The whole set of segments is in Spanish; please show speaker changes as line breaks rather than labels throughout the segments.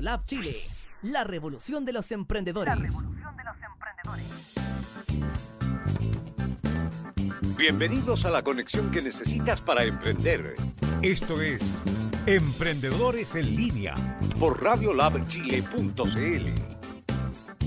Lab Chile, la revolución de los emprendedores.
Bienvenidos a la conexión que necesitas para emprender
Esto es Emprendedores en Línea.
por radiolabchile.cl.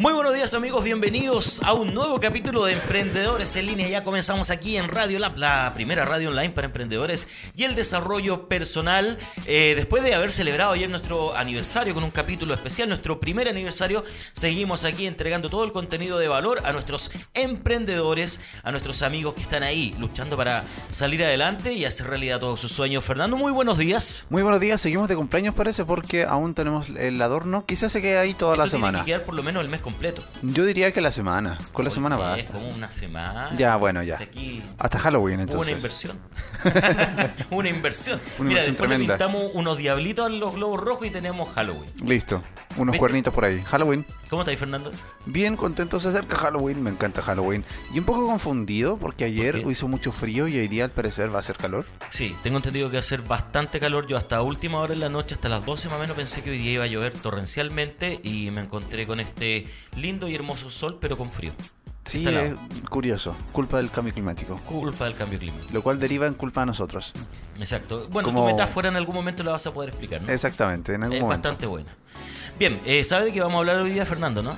Muy buenos días amigos, bienvenidos a un nuevo capítulo de Emprendedores en línea. Ya comenzamos aquí en Radio Lab, la primera radio online para emprendedores y el desarrollo personal. Eh, después de haber celebrado ayer nuestro aniversario con un capítulo especial, nuestro primer aniversario, seguimos aquí entregando todo el contenido de valor a nuestros emprendedores, a nuestros amigos que están ahí luchando para salir adelante y hacer realidad todos sus sueños. Fernando, muy buenos días.
Muy buenos días, seguimos de cumpleaños parece porque aún tenemos el adorno, quizás se quede ahí toda la
Esto tiene
semana.
que quedar por lo menos el mes completo.
Yo diría que la semana, con la
Oye,
semana
Es
basta.
como una semana.
Ya, bueno, ya.
Si Aquí
Hasta Halloween
Hubo una
entonces.
inversión. una inversión. Mira,
Una inversión
después le
tremenda.
pintamos unos diablitos a los globos rojos y tenemos Halloween.
Listo, unos
¿Viste?
cuernitos por ahí. Halloween,
¿Cómo estáis, Fernando?
bien contento, se acerca Halloween, me encanta Halloween. Y un poco confundido porque ayer
qué?
hizo mucho frío y hoy día al parecer va a hacer calor.
Sí, tengo entendido que va a hacer bastante calor. Yo hasta última hora en la noche, hasta las 12 más o menos, pensé que hoy día iba a llover torrencialmente y me encontré con este lindo y hermoso sol, pero con frío.
Sí,
Está
es curioso, culpa del cambio climático,
Culpa del cambio climático.
lo cual deriva en culpa a nosotros.
Exacto. Bueno,
Como-
tu metáfora en algún momento la vas a poder explicar, ¿no?
Exactamente, en algún
es
momento.
bastante buena. Bien, eh, ¿sabe de qué vamos a hablar hoy día, Fernando, no?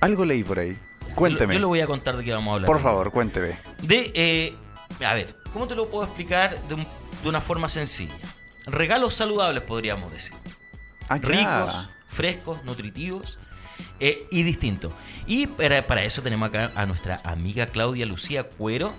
Algo leí por ahí.
Yo,
Cuénteme.
yo le voy a contar de qué vamos a hablar.
Por favor, cuénteme.
De, eh, a ver, ¿cómo te lo puedo explicar de, un- de una forma sencilla? Regalos saludables, podríamos decir.
Ah, ya.
Ricos, frescos, nutritivos eh, y distintos. Y para, para eso tenemos acá a nuestra amiga Claudia Lucía Cuero.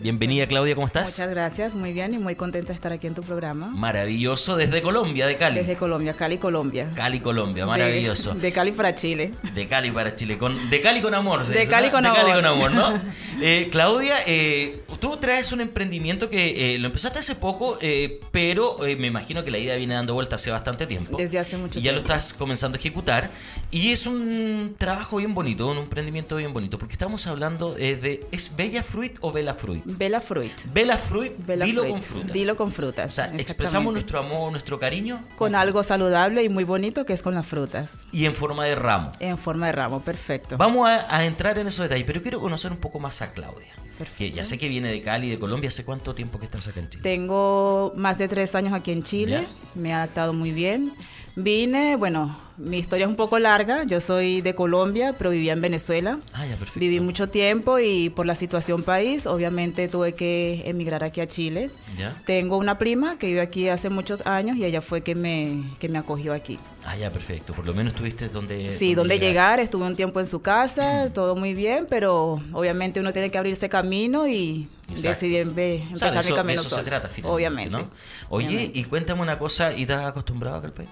Bienvenida, Claudia, ¿cómo estás?
Muchas gracias, muy bien y muy contenta de estar aquí en tu programa.
Maravilloso, desde Colombia, de Cali.
Desde Colombia, Cali, Colombia.
Cali, Colombia,
De-
maravilloso.
De, Cali para Chile.
De Cali para Chile, con, de Cali con amor. se
De
dice,
Cali
¿no?
con
De Cali
amor.
con amor, ¿no? Eh, Claudia, eh, tú traes un emprendimiento que eh, lo empezaste hace poco, eh, pero eh, me imagino que la idea viene dando vuelta hace bastante tiempo.
Desde hace mucho
Y ya lo
tiempo.
estás comenzando a ejecutar. Y es un trabajo bien bonito, un emprendimiento bien bonito, porque estamos hablando eh, de, ¿es Bella Fruit o Bella Fruit?
Vela Fruit.
Bella Fruit,
Bella
dilo
Fruit.
con frutas.
Dilo con frutas.
O sea,
exactamente.
expresamos nuestro amor, nuestro cariño.
Con algo saludable y muy bonito que es con las frutas.
Y en forma de ramo.
En forma de ramo, perfecto.
Vamos a, a entrar en esos detalles, pero quiero conocer un poco más a Claudia.
Perfecto.
Que ya sé que viene de Cali, de Colombia. ¿Hace cuánto tiempo que estás acá en Chile?
Tengo más de tres años aquí en Chile, me he adaptado muy bien. Vine, bueno, mi historia es un poco larga, yo soy de Colombia, pero vivía en Venezuela.
Ah, ya, perfecto.
Viví mucho tiempo y por la situación país, obviamente tuve que emigrar aquí a Chile.
¿Ya?
Tengo una prima que vive aquí hace muchos años y ella fue que me, que me acogió aquí.
Ah, ya, perfecto. Por lo menos estuviste donde.
Sí, donde llegar, estuve un tiempo en su casa, todo muy bien, pero obviamente uno tiene que abrirse camino y
Exacto.
decidí en vez-
O sea,
empezar
de eso,
mi
de
camino
eso se
sola.
trata, finalmente.
obviamente.
¿no? Oye,
obviamente.
y cuéntame una cosa, ¿y estás acostumbrado acá al país?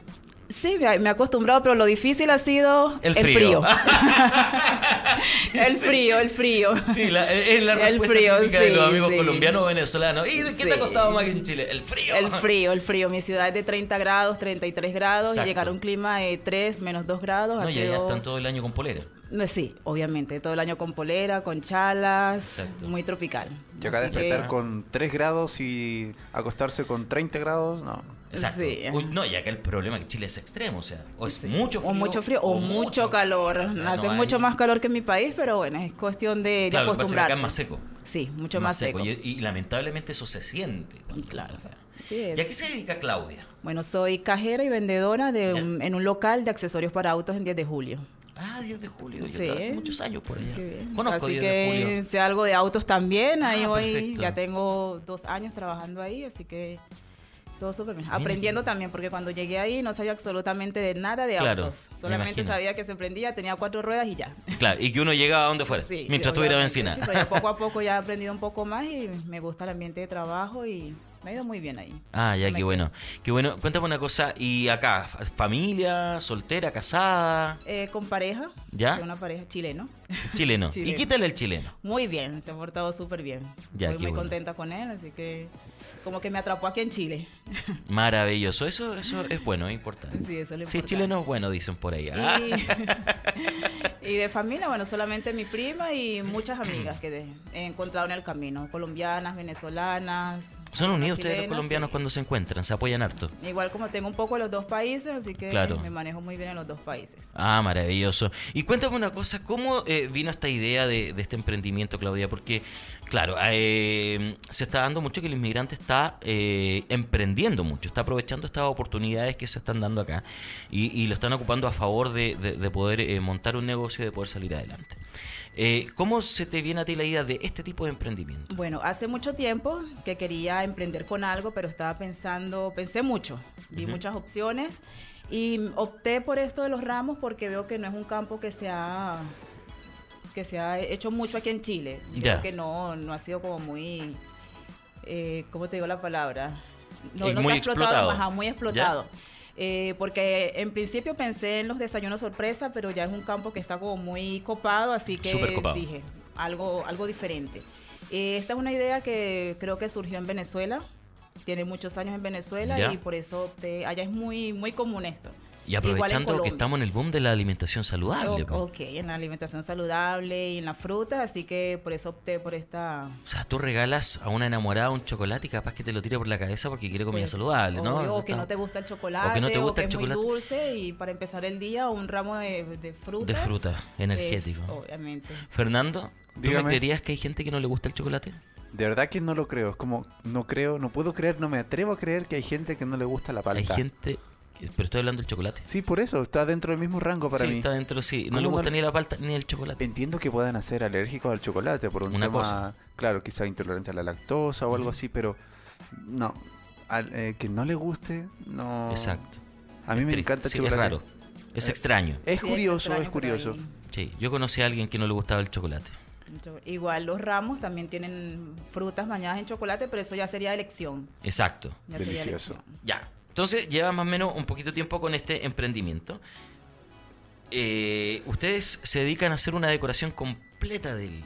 Sí, me me he acostumbrado, pero lo difícil ha sido
El frío.
el
Sí.
frío, el frío.
Sí, la, eh, es la
El
respuesta
frío,
típica de los
sí,
amigos
sí.
colombianos o venezolanos. ¿Y de qué te ha
Sí.
costado más que en Chile? El frío.
El frío, el frío. Mi ciudad es de 30 grados, 33 grados,
Exacto.
y llegar a un clima de 3, menos 2 grados. ha
No, y allá
sido-
están todo el año con polera.
No, Sí, obviamente, todo el año con polera, con chalas,
Exacto.
muy tropical.
Yo acá
Así que-
despertar con 3 grados y acostarse con 30 grados, no.
Exacto.
Sí.
Uy, no, y acá el problema es que Chile es extremo, o sea, o es mucho frío.
O mucho frío o, mucho, calor.
o sea,
Hace
no hay-
mucho más calor que en mi país, pero bueno, es cuestión de, de
Claro, lo que pasa es que acá
acostumbrarse.
es más seco.
Sí, mucho más, seco.
Y, y lamentablemente eso se siente. cuando-
Claro.
o sea.
Así es.
¿Y a qué se dedica Claudia?
Bueno, soy cajera y vendedora de
Ya.
un- en un local de accesorios para autos en 10 de julio.
Ah, 10 de julio. Yo
Sí.
trabajé muchos años por allá.
Qué bien.
Conozco
así
10 de
que
julio.
sé algo de autos también. Ahí
Ah,
hoy
perfecto.
ya tengo dos años trabajando ahí, así que todo súper bien. Aprendiendo también, porque cuando llegué ahí no sabía absolutamente de nada de
Claro,
autos.
me
Solamente
imagino.
sabía que se prendía, tenía cuatro ruedas y ya.
Claro, y que uno llegaba a donde fuera,
Sí,
mientras tuviera
obviamente,
vecina.
sí, pero ya poco a poco ya he aprendido un poco más y me gusta el ambiente de trabajo y me ha ido muy bien ahí.
Ah, ya,
Me
qué
quedo.
bueno. Qué bueno. Cuéntame una cosa. ¿Y acá? fa- ¿Familia? ¿Soltera? ¿Casada?
Eh, con pareja,
¿Ya?
con una pareja chileno.
¿Chileno? ¿Y
Chileno.
qué tal el chileno?
Muy bien, se ha portado súper bien.
Ya, qué
Estoy muy
bueno.
contenta con él, así que como que me atrapó aquí en Chile.
Maravilloso. Eso, eso es bueno, es importante.
Sí, eso es lo
Si es
importante.
chileno es bueno, dicen por ahí. Ah,
Y, Y de familia, bueno, solamente mi prima y muchas amigas que de- he encontrado en el camino. Colombianas, venezolanas.
Son unidos
algunas
ustedes los
chilenas,
colombianos
sí.
cuando se encuentran, se apoyan harto.
Igual como tengo un poco de los dos países, así que
Claro.
me manejo muy bien en los dos países.
Ah, maravilloso. Y cuéntame una cosa, ¿cómo eh, vino esta idea de, de este emprendimiento, Claudia? Porque, claro, eh, se está dando mucho que el inmigrante está eh, emprendiendo mucho, está aprovechando estas oportunidades que se están dando acá y, y lo están ocupando a favor de, de- de poder eh, montar un negocio, de poder salir adelante. Eh, ¿Cómo se te viene a ti la idea de este tipo de emprendimiento?
Bueno, hace mucho tiempo que quería emprender con algo, pero estaba pensando, pensé mucho, vi muchas opciones y opté por esto de los ramos porque veo que no es un campo que se ha, que se ha hecho mucho aquí en Chile.
Ya.
Yo Creo que no, no ha sido como muy, eh, ¿cómo te digo la palabra? No,
Eh,
no
muy
se ha explotado,
explotado.
ajá, muy
Ya.
explotado. Eh, porque en principio pensé en los desayunos sorpresa, pero ya es un campo que está como muy copado, así que
Súper copado.
dije, algo, algo diferente. Eh, esta es una idea que creo que surgió en Venezuela, tiene muchos años en Venezuela
Ya.
y por eso te- allá es muy, muy común esto.
Y
Igual en
aprovechando que
Colombia.
estamos en el boom de la alimentación saludable.
O-
po.
ok, en la alimentación saludable y en las frutas, así que por eso opté por esta...
O sea, tú regalas a una enamorada un chocolate y capaz que te lo tire por la cabeza porque quiere comida saludable, ¿no?
O, o eh, que
Está-
no te gusta el chocolate,
O
o
que
que,
no te gusta el
es
chocolate.
muy dulce y para empezar el día un ramo de, de frutas.
De fruta, energético.
Es, obviamente.
Fernando, ¿tú me
Dígame.
creerías que hay gente que no le gusta el chocolate?
De verdad que no lo creo. Es como, no creo, no puedo creer, no me atrevo a creer que hay gente que no le gusta la palta.
Hay gente... que- Pero estoy hablando del chocolate.
Sí, por eso, está dentro del mismo rango para
sí,
mí.
está dentro, sí. No
¿Cómo
le
no
gusta
le-
ni la palta ni el chocolate.
Entiendo que puedan ser alérgicos al chocolate por un
Una
tema,
cosa.
claro, quizá intolerante a la lactosa o algo así, pero no, al- eh, que no le guste, no.
Exacto.
A mí me
Triste.
encanta el
Sí,
chocolate. Eh.
Es raro. Es extraño.
Es
Sí,
curioso, es
extraño por ahí.
curioso.
Sí, yo conocí a alguien que no le gustaba el chocolate.
Mucho- Igual los ramos también tienen frutas bañadas en chocolate, pero eso ya sería elección.
Exacto.
Ya sería
Delicioso.
elección.
Ya. Entonces, lleva más o menos un poquito de tiempo con este emprendimiento. Eh, ustedes se dedican a hacer una decoración completa del,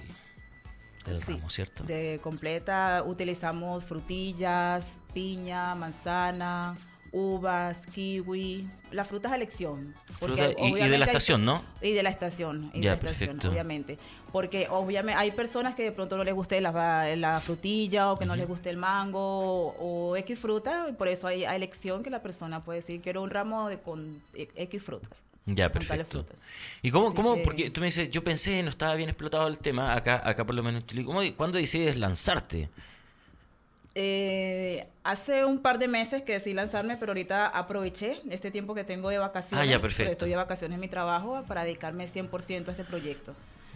del
Sí,
ramo, ¿cierto?
De completa utilizamos frutillas, piña, manzana, uvas, kiwi, las frutas a elección.
Fruta- y- y de la
obviamente hay-
estación, ¿no?
Y de la estación, y de
Ya,
la estación,
perfecto.
obviamente. Porque obviamente hay personas que de pronto no les guste la, va- la frutilla o que no les guste el mango o, o X fruta, por eso hay a elección que la persona puede decir quiero un ramo de, con eh, X frutas.
Ya,
con tales
perfecto.
frutas.
¿Y cómo,
Así
cómo?
que-
Porque tú me dices, yo pensé, no estaba bien explotado el tema, acá, acá por lo menos en Chile. ¿Cómo, ¿Cuándo decides lanzarte?
Eh, hace un par de meses que decidí lanzarme, pero ahorita aproveché este tiempo que tengo de vacaciones.
Ah, ya,
porque
perfecto.
Estoy de vacaciones en mi trabajo para dedicarme 100% a este proyecto.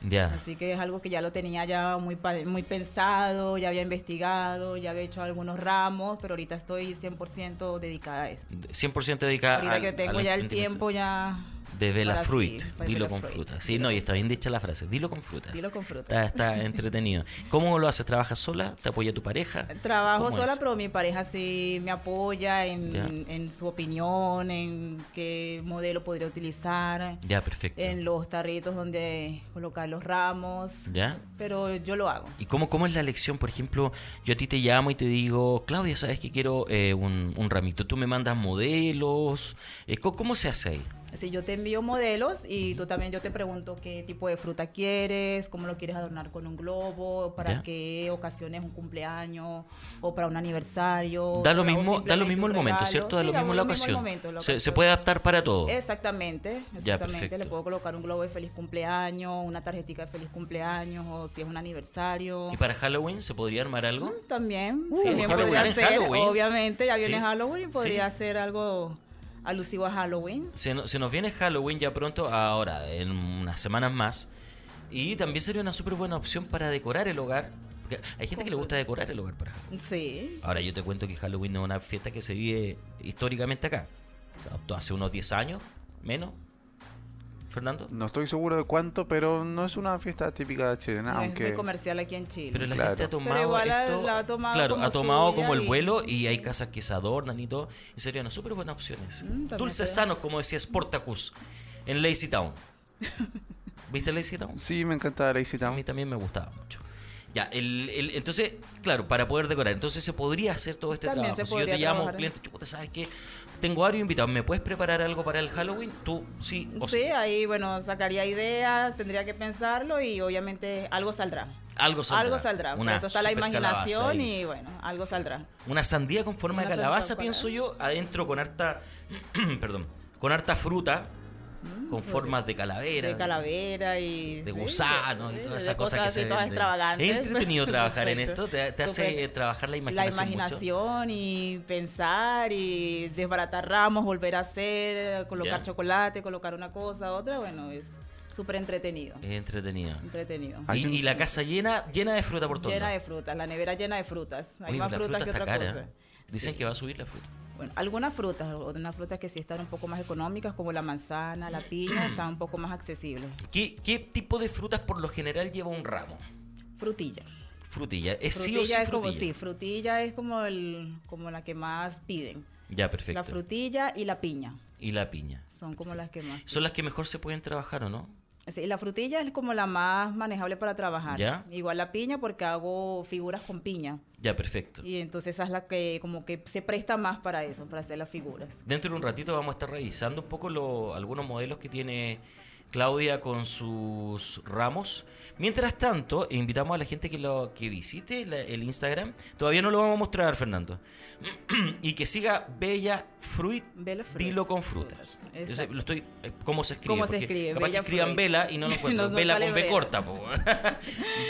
Ya.
Así que es algo que ya lo tenía ya muy, pa- muy pensado, ya había investigado, ya había hecho algunos ramos, pero ahorita estoy 100% dedicada a esto.
100% dedicada
Ahorita
Ah, al-
que
al
tengo ya el
emprendimiento
tiempo ya...
De Vela
para sí,
Fruit,
para
dilo
Vela
con
Fruit.
frutas. Sí, no, y está bien dicha la frase, dilo con frutas.
Dilo con frutas.
Está, está entretenido. ¿Cómo lo haces? ¿Trabajas sola? ¿Te apoya tu pareja?
Trabajo
¿Cómo
sola,
es?
pero mi pareja sí me apoya en,
Ya.
en su opinión, en qué modelo podría utilizar,
Ya, perfecto.
en los tarritos donde colocar los ramos.
¿Ya?
Pero yo lo hago.
¿Y cómo, cómo es la elección? Por ejemplo, yo a ti te llamo y te digo, Claudia, ¿sabes que quiero eh, un, un ramito? Tú me mandas modelos. Eh, ¿cómo, cómo se hace ahí?
Así yo te envío modelos y tú también yo te pregunto qué tipo de fruta quieres, cómo lo quieres adornar con un globo, para
Ya.
qué ocasiones un cumpleaños o para un aniversario.
Da lo
o
mismo, da lo
simplemente
mismo
un
el momento,
regalo.
¿cierto? Da
Sí,
lo mismo la ocasión.
momento, la
Se, se
ocasión.
puede adaptar para todo.
Exactamente,
Ya,
exactamente.
perfecto.
Le puedo colocar un globo de feliz cumpleaños, una tarjetita de feliz cumpleaños o si es un aniversario.
¿Y para Halloween se podría armar algo?
Mm, También,
Sí, Halloween.
también podría
En
ser,
Halloween.
obviamente, ya viene
Sí.
Halloween y podría
Sí.
ser algo alusivo a Halloween.
Se, no- se nos viene Halloween ya pronto, ahora, en unas semanas más. Y también sería una súper buena opción para decorar el hogar. Porque hay gente que le gusta decorar el hogar para Halloween.
Sí,
Ahora yo te cuento que Halloween es una fiesta que se vive históricamente acá. Se adoptó hace unos 10 años, menos. Fernando.
No estoy seguro de cuánto, pero no es una fiesta típica chilena,
no es
aunque
muy comercial aquí en Chile.
Ah, Pero la
Claro.
gente ha
Pero
tomado
igual ha-
esto,
la ha tomado
claro,
como
ha tomado
suya
como el
y-
vuelo y hay casas que se adornan y todo. Y serían unas súper buenas opciones.
Mm, también
Dulces
creo.
sanos, como decía Sportacus, en Lazy Town. ¿Viste Lazy Town?
sí me encanta la
A mí
Town.
también me gustaba mucho. Ya, el, el- entonces, claro, para poder decorar. Entonces se podría hacer todo este
También
trabajo.
se
Si yo te
podría
llamo,
trabajar.
cliente, chuta, ¿sabes qué? Tengo varios invitados. ¿Me puedes preparar algo para el Halloween? Tú, sí. o
Sí, ahí bueno, sacaría ideas, tendría que pensarlo y obviamente algo saldrá.
Algo saldrá.
Algo saldrá.
Una
Para eso está la
super calabaza
imaginación
ahí.
y bueno, algo saldrá.
Una sandía con forma de
Una sandía
calabaza,
con
pienso
forma-
yo, adentro con harta. perdón. Con harta fruta, con formas de calavera.
Mm, De calavera y.
de
sí,
gusanos y
sí,
todas
de
esas cosas que
así
se
todas
venden.
extravagantes.
Es entretenido trabajar en
Perfecto.
esto, te, te hace
Súper.
trabajar la
La
imaginación. mucho.
imaginación y pensar y desbaratar ramos, volver a hacer, colocar
Ya.
chocolate, colocar una cosa, otra, bueno, es súper entretenido.
Es entretenido.
Entretenido.
Hay
Y,
un-
y la casa llena, llena de fruta por todo.
Llena de frutas, la nevera llena de frutas. Hay más
la
frutas
fruta
que
está
otra
cara.
cosa.
Dicen
Sí.
que va a subir la fruta.
Bueno, algunas frutas, algunas frutas que sí están un poco más económicas, como la manzana, la piña, están un poco más accesibles.
¿Qué, qué tipo de frutas por lo general lleva un ramo?
Frutilla.
Frutilla. Es sí
frutilla
o sí
es como
frutilla.
sí, frutilla es como el como la que más piden.
Ya, perfecto.
La frutilla y la piña
Y la piña.
son como las que más.
Son las que mejor se pueden trabajar, ¿o no?
Sí, la frutilla es como la más manejable para trabajar.
¿Ya?
Igual la piña porque hago figuras con piña
Ya, perfecto.
y entonces esa es la que como que se presta más para eso, para hacer las figuras.
Dentro de un ratito vamos a estar revisando un poco lo- algunos modelos que tiene Claudia con sus ramos. Mientras tanto, invitamos a la gente que, lo, que visite la- el Instagram. Todavía no lo vamos a mostrar, Fernando. y que siga Bella Fruit,
Bella Fruit,
Dilo con Frutas.
frutas,
Yo sé,
exacto.
lo estoy, eh, ¿Cómo se escribe?
¿Cómo se
Porque
escribe?
Capaz
Bella
que escriban
Fruit.
Vela y no lo encuentro.
No, no
Vela
sale
con B
Bella.
corta. po.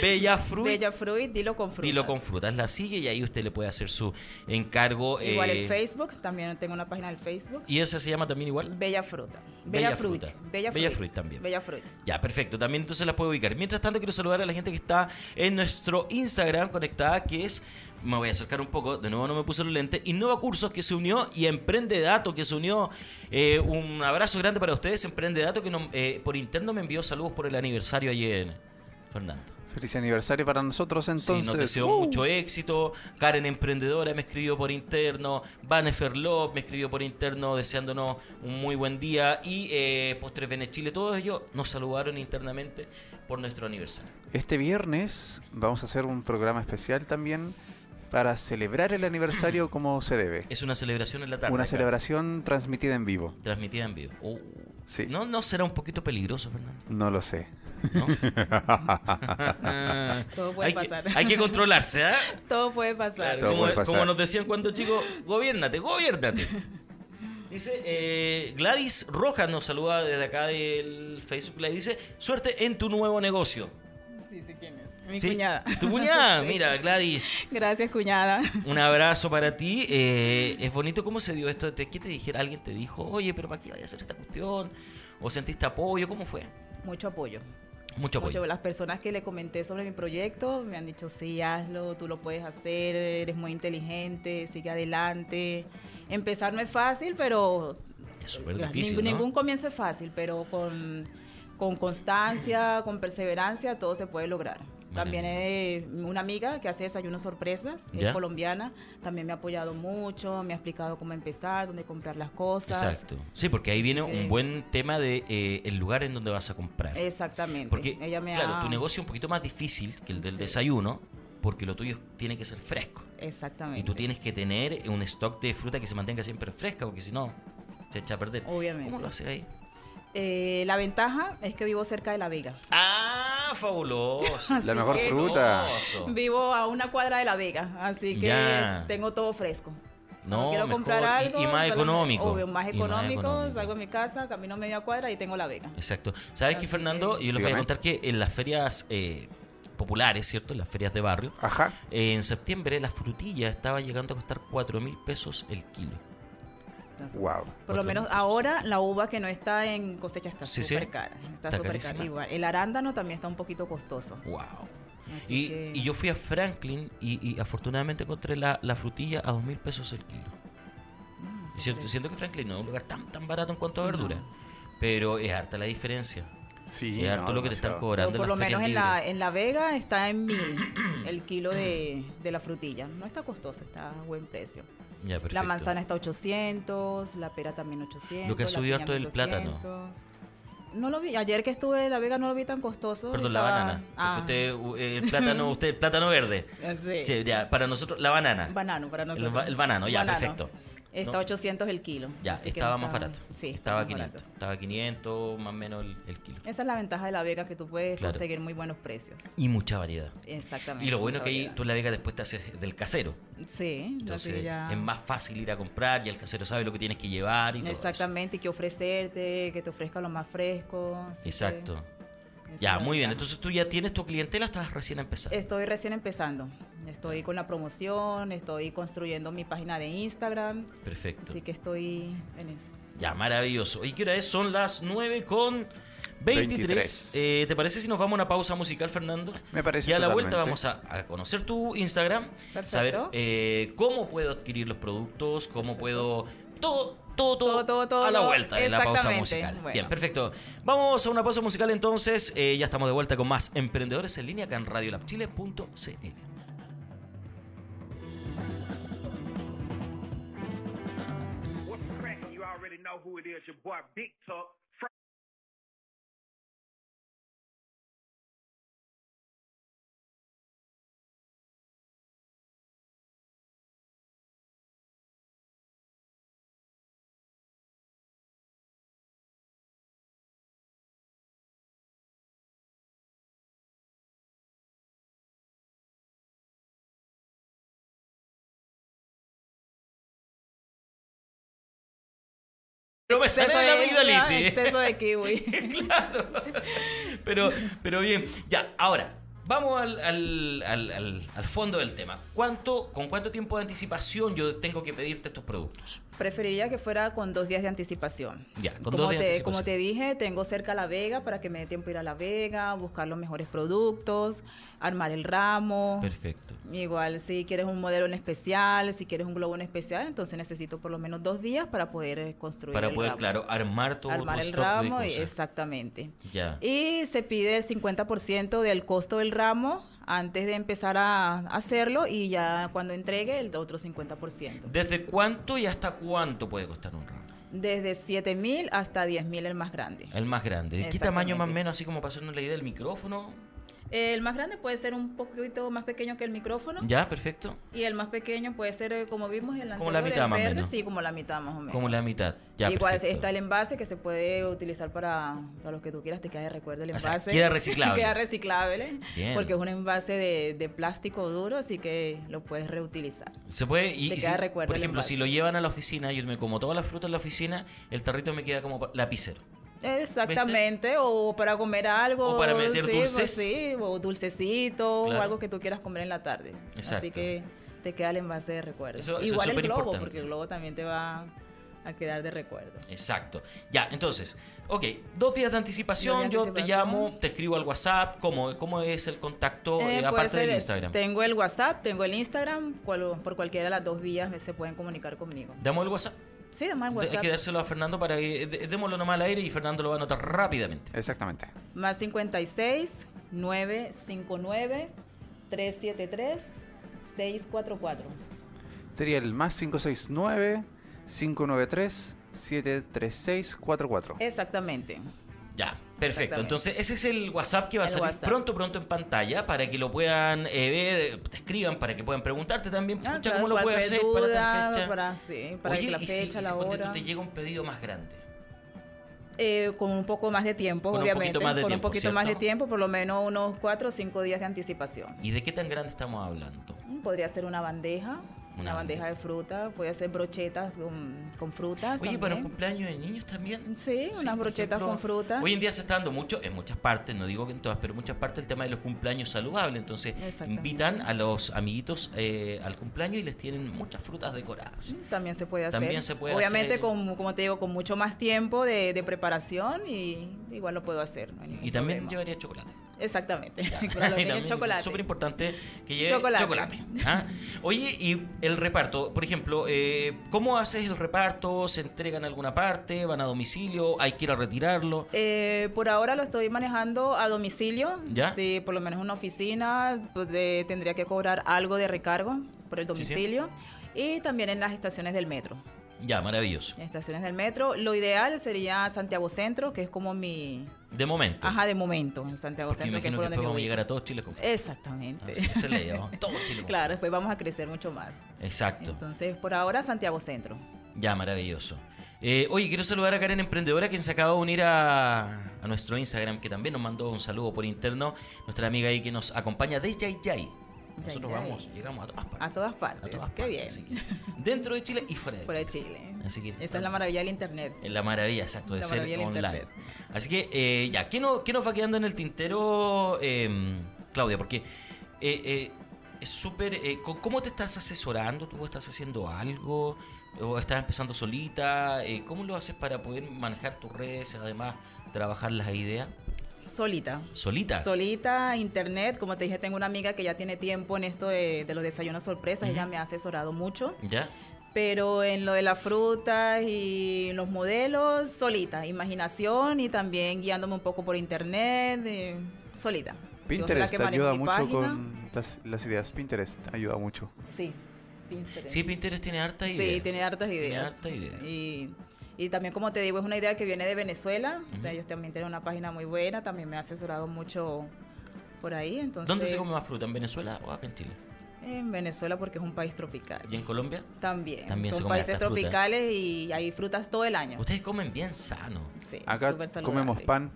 Bella Fruit.
Bella Fruit, dilo con frutas.
Dilo con frutas, la sigue y ahí usted le puede hacer su encargo.
Igual
eh,
el Facebook, también tengo una página del Facebook.
Y esa se llama también igual.
Bella Fruta.
Bella
Bella, Fruit.
Fruta. Bella Fruit también.
Bella Fruit.
Ya, perfecto. También entonces las puedo ubicar. Mientras tanto, quiero saludar a la gente que está en nuestro Instagram conectada, que es. Me voy a acercar un poco, de nuevo no me puse los lentes. Innova Cursos que se unió y Emprende Dato que se unió. Eh, un abrazo grande para ustedes, Emprende Dato, que nos- eh, por interno me envió saludos por el aniversario ayer, Fernando.
Feliz aniversario para nosotros entonces.
sí, nos deseó
Uh,
mucho éxito. Karen Emprendedora me escribió por interno. Vanefer Love me escribió por interno deseándonos un muy buen día. Y eh, Postres Bene Chile, todos ellos nos saludaron internamente por nuestro aniversario.
Este viernes vamos a hacer un programa especial también para celebrar el aniversario como se debe.
Es una celebración en la tarde.
Una
acá,
celebración transmitida en vivo.
Transmitida en vivo. Oh.
Sí.
¿No, ¿No será un poquito peligroso, Fernando?
No lo sé.
¿No?
Todo puede
hay
pasar.
Que, hay que controlarse, ¿ah?
Todo puede pasar.
Todo
como,
puede pasar.
como nos decían cuando chicos, gobiernate, gobiernate. Dice eh, Gladys Rojas nos saluda desde acá del Facebook Live. Dice, suerte en tu nuevo negocio.
Sí, sí, ¿quién es? Mi
Sí,
cuñada.
Tu cuñada, mira, Gladys.
Gracias, cuñada.
Un abrazo para ti. Eh, es bonito cómo se dio esto. ¿Te- ¿Qué te dijeron? ¿Alguien te dijo, oye, pero para qué vaya a hacer esta cuestión? ¿O sentiste apoyo? ¿Cómo fue?
Mucho apoyo.
Mucho apoyo.
Mucho. Las personas que le comenté sobre mi proyecto me han dicho, sí, hazlo, tú lo puedes hacer, eres muy inteligente, sigue adelante. Empezar no es fácil, pero...
Es súper
Ning-
difícil, ¿no?
Ningún comienzo es fácil, pero con, con constancia, con perseverancia, todo se puede lograr. También eh, una amiga que hace desayunos sorpresas, es
¿Ya?
colombiana, también me ha apoyado mucho, me ha explicado cómo empezar, dónde comprar las cosas.
Exacto. Sí, porque ahí viene un
Eh.
buen tema de eh, el lugar en donde vas a comprar.
Exactamente.
Porque,
Ella me
claro,
ha-
tu negocio es un poquito más difícil que el del
Sí.
desayuno, porque lo tuyo tiene que ser fresco.
Exactamente.
Y tú tienes que tener un stock de fruta que se mantenga siempre fresca, porque si no, se echa a perder.
Obviamente.
¿Cómo lo haces ahí?
Eh, la ventaja es que vivo cerca de La Vega.
¡Ah, fabuloso!
La mejor
que-
fruta.
Fabuloso.
Vivo a una cuadra de La Vega, así que
Oh. Ya.
tengo todo fresco.
No,
Cuando quiero
mejor,
comprar
y-
algo.
y más
solamente-
económico.
Obvio, más
Y más
económico,
económico.
salgo de mi casa, camino media cuadra y tengo La Vega.
Exacto. ¿Sabes qué,
Así
Fernando?
que-
Yo les voy a
Dígame.
contar que en las ferias eh, populares, ¿cierto? En las ferias de barrio,
Ajá.
eh, en septiembre la frutilla estaba llegando a costar 4 mil pesos el kilo.
Entonces,
Wow.
Por lo menos ahora la uva que no está en cosecha está
Sí, sí.
súper cara. Está,
Está
súper
carísima.
cara. Igual, El arándano también está un poquito costoso.
¡Wow!
así
Y,
que-
y yo fui a Franklin y, y afortunadamente encontré la, la frutilla a dos mil pesos el kilo.
Mm,
Y siento,
súper.
siento que Franklin no es un lugar tan, tan barato en cuanto a
No.
verdura, pero es harta la diferencia.
Sí.
es harto
no,
lo que te están
demasiado.
cobrando.
Pero por lo
en las
menos
ferias
en la,
libres.
en la Vega está en mil el kilo de, de la frutilla. No está costoso, está a buen precio.
Ya, perfecto.
La manzana está 800, la pera también 800.
Lo que ha
la
subido
piña
harto es el plátano.
1200. No lo vi. Ayer que estuve en La Vega no lo vi tan costoso.
Perdón, la
Estaba-
banana.
Ah,
Usted, u- eh, el plátano, usted, el plátano verde.
sí.
Sí, ya, para nosotros, la banana.
Banano para nosotros.
ba- el banano, ya, perfecto.
Está
No.
800 el kilo.
ya,
así que
estaba
no
más
está-
barato.
Sí,
Estaba
más
500.
barato. Eh.
Estaba 500, más o menos el, el kilo.
Esa es la ventaja de La Vega, que tú puedes
Claro.
conseguir muy buenos precios.
Y mucha variedad.
Exactamente.
Y lo bueno es que ahí
mucha
tú en la vega después te haces del casero.
variedad. Sí,
Entonces
entonces ya...
es más fácil ir a comprar y el casero sabe lo que tienes que llevar y todo. eso.
Exactamente, y que ofrecerte, que te ofrezca lo más fresco. así que
Exacto.
esa es
Ya,
la
muy bien.
ventaja.
Entonces tú ya tienes tu clientela, estás recién empezando.
Estoy recién empezando. Estoy con la promoción, estoy construyendo mi página de Instagram,
Perfecto.
así que estoy en eso.
Ya, maravilloso. ¿Y qué hora es? Son las 9 con 23.
23.
Eh, ¿Te parece si nos vamos a una pausa musical, Fernando?
Me parece
Y a la
totalmente.
vuelta vamos a, a conocer tu Instagram,
Perfecto.
saber eh, cómo puedo adquirir los productos, cómo puedo... Todo, todo, todo,
Todo, todo, todo,
a la
todo.
vuelta de la pausa
Exactamente.
musical.
Bueno.
Bien, perfecto. Vamos a una pausa musical entonces. Eh, ya estamos de vuelta con más Emprendedores en Línea acá en radiolabchile.cl.
What's cracking? You already know who it is. Your boy Big Tuck.
Pero me sale de la
es, ¿verdad?
amigdalitis.
Exceso de kiwi.
claro. Pero, pero bien, ya, ahora, vamos al, al- al- al- al fondo del tema. ¿Cuánto, ¿Con cuánto tiempo de anticipación yo tengo que pedirte estos productos?
Preferiría que fuera con dos días de anticipación.
Ya, con
como
dos días de
te,
anticipación.
Como te dije, tengo cerca La Vega para que me dé tiempo de ir a La Vega, buscar los mejores productos, armar el ramo.
Perfecto.
Igual, si quieres un modelo en especial, si quieres un globo en especial, entonces necesito por lo menos dos días para poder eh, construir
Para
el
poder,
ramo.
claro, armar todo
armar
tu
el
stock
ramo,
de
y-
cosas.
exactamente.
Ya.
Y se pide el 50% del costo del ramo antes de empezar a hacerlo y ya cuando entregue el otro 50%.
¿Desde cuánto y hasta cuánto puede costar un ramo?
Desde 7 mil hasta 10 mil el más grande.
El más grande. ¿De qué tamaño más o
Exactamente.
menos, así como para hacernos la idea del micrófono?
El más grande puede ser un poquito más pequeño que el micrófono.
Ya, perfecto.
Y el más pequeño puede ser, eh, como vimos, el anterior,
Como la mitad
el
más o
verde,
menos.
sí, como la mitad más o menos.
Como la mitad. Ya,
Igual
perfecto.
está el envase que se puede utilizar para, para lo que tú quieras, te queda de recuerdo el
O
envase.
sea, queda reciclable.
queda reciclable,
Bien.
porque es un envase de, de plástico duro, así que lo puedes reutilizar.
Se puede y,
Te
y
queda
si-
recuerdo
por
el
ejemplo,
envase.
si lo llevan a la oficina, yo me como todas las frutas en la oficina, el tarrito me queda como pa- lapicero.
Exactamente, o para comer algo.
O para meter
sí,
dulces.
pues sí, o dulcecito,
Claro.
o algo que tú quieras comer en la tarde.
Exacto.
Así que te queda el envase de recuerdo.
Eso- eso es
Igual el globo,
superimportante.
porque el globo también te va a quedar de recuerdo.
Exacto. Ya, entonces, ok, dos días de anticipación,
Dos días de
yo te
anticipación.
llamo, te escribo al WhatsApp, ¿cómo, cómo es el contacto eh,
Eh, puede
aparte
ser,
del Instagram?
Tengo el WhatsApp, tengo el Instagram, cual- por cualquiera de las dos vías se pueden comunicar conmigo.
¿Damos el WhatsApp?
Sí, además el
De- Hay
WhatsApp.
que dárselo a Fernando para que de- démoslo nomás al aire y Fernando lo va a anotar rápidamente.
Exactamente.
Más 56 959 373 644.
Sería el más 569 593 73644.
Exactamente.
Ya, perfecto.
Exactamente.
Entonces, ese es el WhatsApp que va a
El
salir
WhatsApp.
pronto, pronto en pantalla para que lo puedan eh, ver, eh, te escriban, para que puedan preguntarte también,
Ah,
pucha,
claro,
¿cómo lo
cualquier
puedo hacer para
duda,
tal fecha?
Para, sí, para
Oye,
la
y si-
fecha,
y si
la
ponte tú
hora.
te llega un pedido más grande.
Eh, con un poco más de tiempo,
Con un
obviamente.
poquito más de
con
tiempo,
un poquito más de
¿cierto?
tiempo, por lo menos unos 4 o 5 días de anticipación.
¿Y de qué tan grande estamos hablando?
Mm, Podría ser una bandeja,
Una
una, bandeja de fruta, podría ser brochetas con, con frutas.
Oye,
también.
para un cumpleaños de niños también.
Sí, unas
por
brochetas con frutas.
Hoy en día se está dando mucho, en muchas partes, no digo que en todas, pero en muchas partes el tema de los cumpleaños saludables. Entonces
Exactamente.
invitan a los amiguitos eh, al cumpleaños y les tienen muchas frutas decoradas.
Mm, También se puede hacer.
También se puede
Obviamente,
hacer.
con, como te digo, con mucho más tiempo de, de preparación y igual lo puedo hacer. no hay ningún
Y también
problema.
llevaría chocolate.
Exactamente. Para los
Y
niños,
también
chocolate.
Súper importante que lleve chocolate.
Chocolate.
¿ah? Oye, y el reparto, por ejemplo, eh, ¿cómo haces el reparto? ¿Se entregan a alguna parte? ¿Van a domicilio? ¿Hay que ir a retirarlo?
Eh, por ahora lo estoy manejando a domicilio.
¿Ya?
Sí, por lo menos una oficina pues, donde tendría que cobrar algo de recargo por el
Sí, sí.
domicilio. Y también en las estaciones del metro.
Ya, maravilloso.
Estaciones del metro. Lo ideal sería Santiago Centro, que es como mi.
De momento.
Ajá, de momento, en Santiago
Porque
Centro, que es
imagino que
por donde
después
me
vamos a
ubico.
llegar a Ah, todos Chile. con-
Exactamente.
Así que se le llevamos. Todo Chile. con-
claro, después vamos a crecer mucho más.
Exacto.
Entonces, por ahora, Santiago Centro.
Ya, maravilloso. Eh, oye, quiero saludar a Karen Emprendedora, quien se acaba de unir a, a nuestro Instagram, que también nos mandó un saludo por interno. Nuestra amiga ahí que nos acompaña de Yay Yay. Nosotros
Yayay.
vamos, llegamos a todas partes.
A todas partes.
A todas
Qué
partes,
bien.
así que dentro de Chile y fuera de
Por
Chile.
el Chile.
Así que-
Esa es la maravilla del Internet.
Es La maravilla, exacto, de
La
ser
maravilla del
online.
internet.
Así que, eh, ya, ¿qué, no- qué nos va quedando en el tintero, eh, Claudia? Porque eh, eh, es súper... eh, co- ¿Cómo te estás asesorando? ¿Tú estás haciendo algo? ¿O estás empezando solita? Eh, ¿Cómo lo haces para poder manejar tus redes, además trabajar las ideas?
Solita.
¿Solita?
Solita, internet, como te dije, tengo una amiga que ya tiene tiempo en esto de, de los desayunos sorpresas, ella me ha asesorado mucho,
¿Ya?
pero en lo de las frutas y los modelos, solita, imaginación y también guiándome un poco por internet, eh, solita. Yo soy la
Pinterest
que
te
manejo
ayuda
mi
mucho
página.
con las, las ideas. Pinterest ayuda mucho.
Sí, Pinterest.
Sí, Pinterest tiene harta
Sí,
idea.
tiene hartas
Tiene
ideas.
harta idea.
Y, y también, como te digo, es una idea que viene de Venezuela.
Ujú.
Ellos también tienen una página muy buena. También me ha asesorado mucho por ahí. Entonces,
¿Dónde se come más fruta? ¿En Venezuela o acá en Chile?
En Venezuela, porque es un país tropical.
¿Y en Colombia?
También.
También se
Son
come
países
harta fruta.
tropicales y hay frutas todo el año.
Ustedes comen bien sano.
Sí,
Acá
súper saludable.
comemos pan.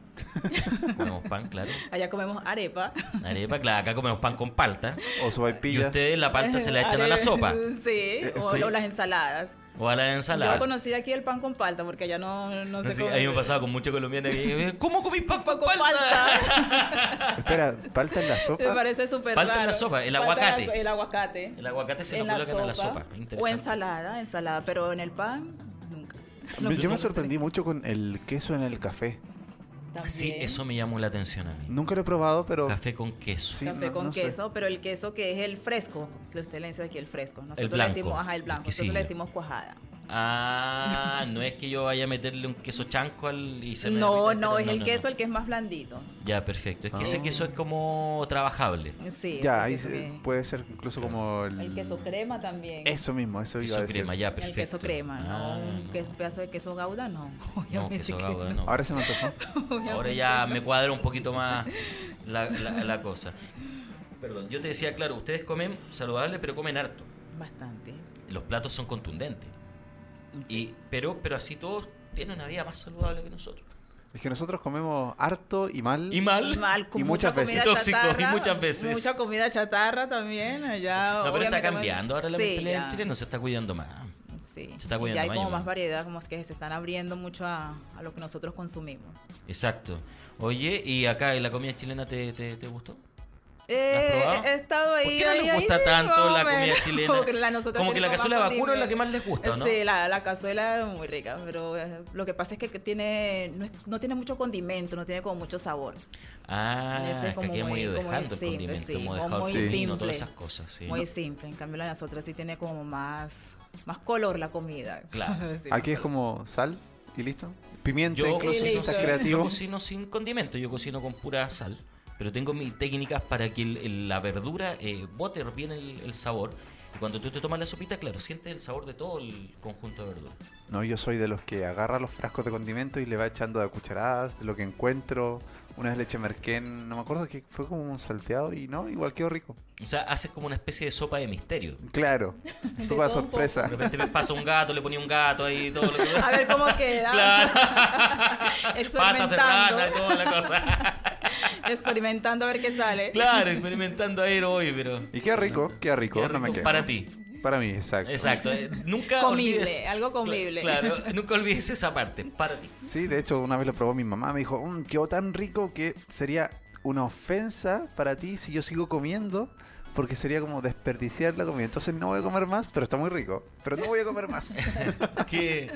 Comemos pan, claro.
Allá comemos arepa.
Arepa, claro, acá comemos pan con palta.
O
Y
sopaipilla.
ustedes la palta se la echan a la
Are-
sopa
Sí, o,
Eh, sí.
o las ensaladas.
o a la
Yo
ensalada.
conocí aquí el pan con palta porque allá no, no se
Así,
come.
a mí me pasaba con muchos colombianos que ¿cómo comís pan con
Pan con
palta?
Espera, ¿palta en la
Me
sopa?
parece súper
Falta
raro.
en la sopa, el
Falta en la
aguacate.
so- el aguacate.
El aguacate se lo colocan en la sopa.
O
Interesante.
ensalada, ensalada, pero en el pan, nunca.
Me- Yo me sorprendí mucho con el queso en el café.
También.
Sí, eso me llamó la atención a mí.
Nunca lo he probado, pero
Café con queso.
Sí,
Café
no-
con
no sé.
queso, pero el queso que es el fresco, que usted le dice aquí el fresco. Nosotros
blanco,
le decimos, ajá, el blanco.
el quesillo.
Nosotros le decimos cuajada.
Ah, no es que yo vaya a meterle un queso chanco al y se me
No,
derrita,
no,
pero
es el queso
no.
el que es más blandito.
Ya, perfecto. Es que ese
Ah.
queso es como trabajable.
Sí.
ya,
el
ahí
queso,
se-
que-
puede ser incluso como el...
el queso crema también.
Eso mismo, eso iba a
Queso
decir.
crema, ya,
El
perfecto.
queso crema,
Ah,
¿no? Un que- pedazo de queso gouda, no.
No,
Obviamente
queso
que
gouda, no.
Ahora se me antojó.
Ahora ya me cuadra un poquito más la, la- la cosa. Perdón, yo te decía, claro, ustedes comen saludable, pero comen harto.
Bastante.
Los platos son contundentes. Y, pero, pero así todos tienen una vida más saludable que nosotros.
Es que nosotros comemos harto y mal.
Y mal.
Mal, con
Y
mucha
muchas veces.
comida
Tóxico,
chatarra,
y muchas veces.
Mucha comida chatarra también.
No,
Allá,
pero está
obviamente,
cambiando ahora la
sí,
mentalidad
ya,
del chileno, se está cuidando más.
Sí.
Se está
Y
cuidando
ya hay
más,
como
yo
más
creo.
variedad, como es que se están abriendo mucho a, a lo que nosotros consumimos.
Exacto. Oye, ¿y acá en la comida chilena te, te- te gustó?
Eh,
probado?
he estado ahí.
¿Por qué no
ahí,
les
ahí,
gusta
sí,
tanto
más o
la comida
menos.
chilena?
nosotros
Como que la
tenemos
cazuela de
más
vacuno es la
condimento.
que más les gusta, ¿no?
Sí, la, la cazuela es muy rica, pero eh, lo que pasa es que tiene no, es- no tiene mucho condimento, no tiene como mucho sabor.
Ah,
Ese es
es, que
como
aquí hemos
muy-
ido
como muy
dejando el
simple,
condimento,
sí,
hemos
o
dejado el
muy
vino,
simple.
todas esas cosas. sí.
Muy simple, en cambio la de nosotros sí tiene como más más color la comida.
Claro.
Sí,
Aquí
más
es como sal y listo. Pimienta,
Yo
incluso si
cocino,
estás
sin- yo
creativo.
cocino sin condimento, yo cocino con pura sal. Pero tengo mis técnicas para que el- el- la verdura eh, bote bien el, el sabor. Y cuando tú te tomas la sopita, claro, sientes el sabor de todo el conjunto de verduras.
No, yo soy de los que agarra los frascos de condimento y le va echando de a cucharadas, de lo que encuentro. Una vez le eché merquén, no me acuerdo que fue como un salteado y no, igual quedó rico.
O sea, haces como una especie de sopa de misterio.
Claro,
todo
sopa
un
sorpresa.
De repente me pasa un gato, le ponía un gato ahí, todo lo que...
A ver cómo queda.
Claro. Patas de
experimentando,
rana, toda la cosa.
experimentando a ver qué sale.
Claro, experimentando ahí hoy, pero...
Y queda rico, queda rico,
Qué
no me
rico
quejo.
Para ti.
Para mí, exacto.
Exacto. eh, Nunca
Comible,
olvides-
algo comible.
Claro, nunca olvides esa parte. Para ti.
Sí, de hecho, una vez lo probó mi mamá, me dijo, "Mm, quedó tan rico que sería una ofensa para ti si yo sigo comiendo, porque sería como desperdiciar la comida. Entonces no voy a comer más, pero está muy rico. Pero no voy a comer más.
Qué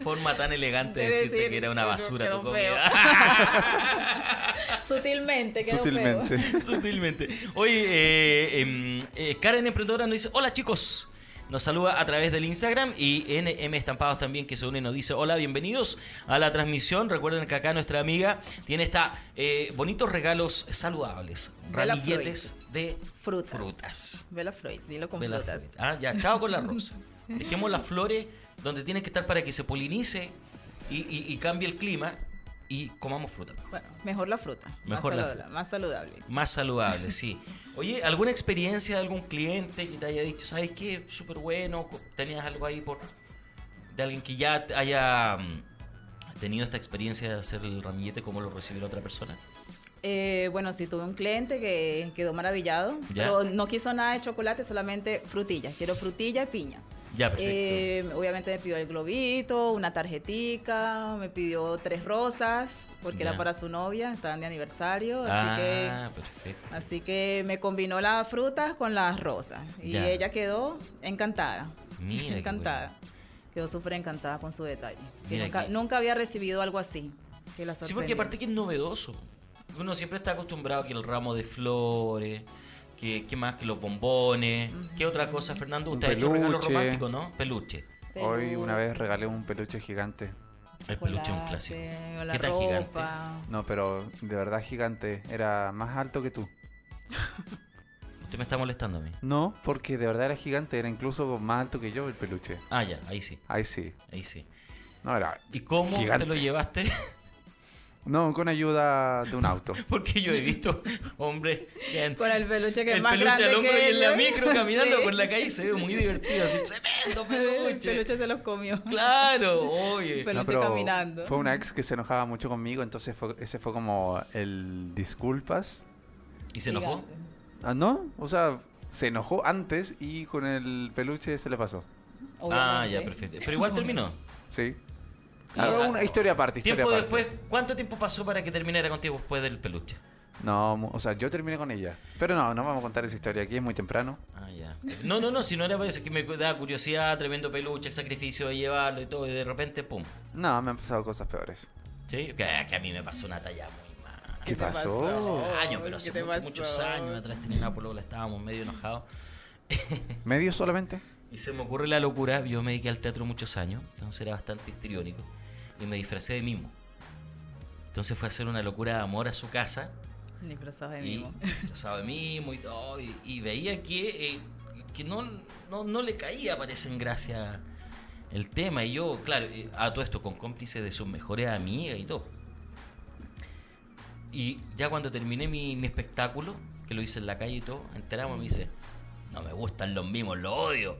forma tan elegante de
De
decirte
decir,
que era una
no,
basura tu
quedó feo.
comida.
Sutilmente, quedó feo.
Ah,
Sutilmente.
Sutilmente. Oye, eh, em, eh, Karen Emprendedora nos dice: Hola chicos. Nos saluda a través del Instagram y NM Estampados también que se une y nos dice, hola, bienvenidos a la transmisión. Recuerden que acá nuestra amiga tiene esta eh, bonitos regalos saludables,
Bella
ramilletes de
Frutas.
frutas.
Vela Freud, dilo con
Ve la
frutas.
florita. Ah, ya, chao con la rosa. Dejemos las flores donde tienen que estar para que se polinice y, y- y cambie el clima y comamos fruta.
Bueno, mejor la fruta.
Mejor la
más saludable,
fruta.
Más saludable.
Más saludable, sí. Oye, ¿alguna experiencia de algún cliente que te haya dicho, sabes qué, súper bueno, co- tenías algo ahí por... de alguien que ya te- haya mm, tenido esta experiencia de hacer el ramillete como lo recibió la otra persona?
Eh, bueno, sí, tuve un cliente que quedó maravillado,
Ya.
pero no quiso nada de chocolate, solamente frutillas. Quiero frutilla y piña.
Ya, perfecto.
Eh, obviamente me pidió el globito, una tarjetica, me pidió tres rosas, porque
Ya.
era para su novia, estaban de aniversario, así que...
ah, perfecto.
Así que me combinó las frutas con las rosas. Y
Ya.
ella quedó encantada.
Mira qué
encantada. Quedó súper encantada con su detalle. Que
Mira
nunca,
qué-
nunca había recibido algo así. que la
Sí, porque
sorprendió.
aparte que es novedoso. Uno siempre está acostumbrado que el ramo de flores, que, que más que los bombones, ¿qué otra cosa, Fernando?
Un
Usted ha hecho regalo
peluche.
romántico, ¿no? Peluche.
Hoy una
Peluche,
vez regalé un peluche gigante.
El peluche es un
chocolate,
clásico.
o la
¿Qué tan gigante?
ropa.
No, pero de verdad gigante. Era más alto que tú.
Usted me está molestando a mí.
No, porque de verdad era gigante. Era incluso más alto que yo el peluche.
Ah, ya, ahí sí,
Ahí sí.
ahí sí.
No, era.
¿Y cómo
Gigante.
te lo llevaste?
No, con ayuda de un auto.
Porque yo he visto hombres que han-
Con el peluche que es
el
más
peluche
grande
al hombro
que
y en la
ellos.
micro caminando
Sí.
por la calle se ve muy divertido, así tremendo
El
peluche.
peluche se los comió.
Claro, oye.
Peluche
No, pero
caminando.
Fue una ex que se enojaba mucho conmigo, entonces fue- ese fue como el disculpas.
¿Y se enojó?
Gigante.
Ah, no, o sea, se enojó antes y con el peluche se le pasó.
Ah,
Obviamente.
ya, perfecto. Pero igual terminó.
Sí.
Y-
Ah, una historia aparte, historia
Tiempo
aparte.
después, ¿cuánto tiempo pasó para que terminara contigo después del peluche?
No, mu- o sea, yo terminé con ella. Pero no, no vamos a contar esa historia aquí, es muy temprano.
Ah, ya. No, no, no, si no era para eso, que me da curiosidad, tremendo peluche, el sacrificio de llevarlo y todo, y de repente, pum.
No, me han pasado cosas peores.
¿Sí? Que, que a mí me pasó una talla muy mala.
¿Qué,
te
pasó?
Hace
pasó? Oh,
años, pero
¿qué
hace
te
mucho-
pasó?
muchos años atrás tenía una polola, estábamos medio enojados.
¿Medio solamente?
Y se me ocurre la locura, yo me dediqué al teatro muchos años, entonces era bastante histriónico, y me disfracé de mimo. Entonces fue a hacer una locura de amor a su casa,
Ni disfrazado de
y
mimo.
pasaba de mimo y todo, y, y veía que, eh, que no, no, no le caía, parece, en gracia el tema. Y yo, claro, eh, a todo esto con cómplice de sus mejores amigas y todo. Y ya cuando terminé mi, mi espectáculo, que lo hice en la calle y todo, enteramos y me dice, no me gustan los mimos, los odio.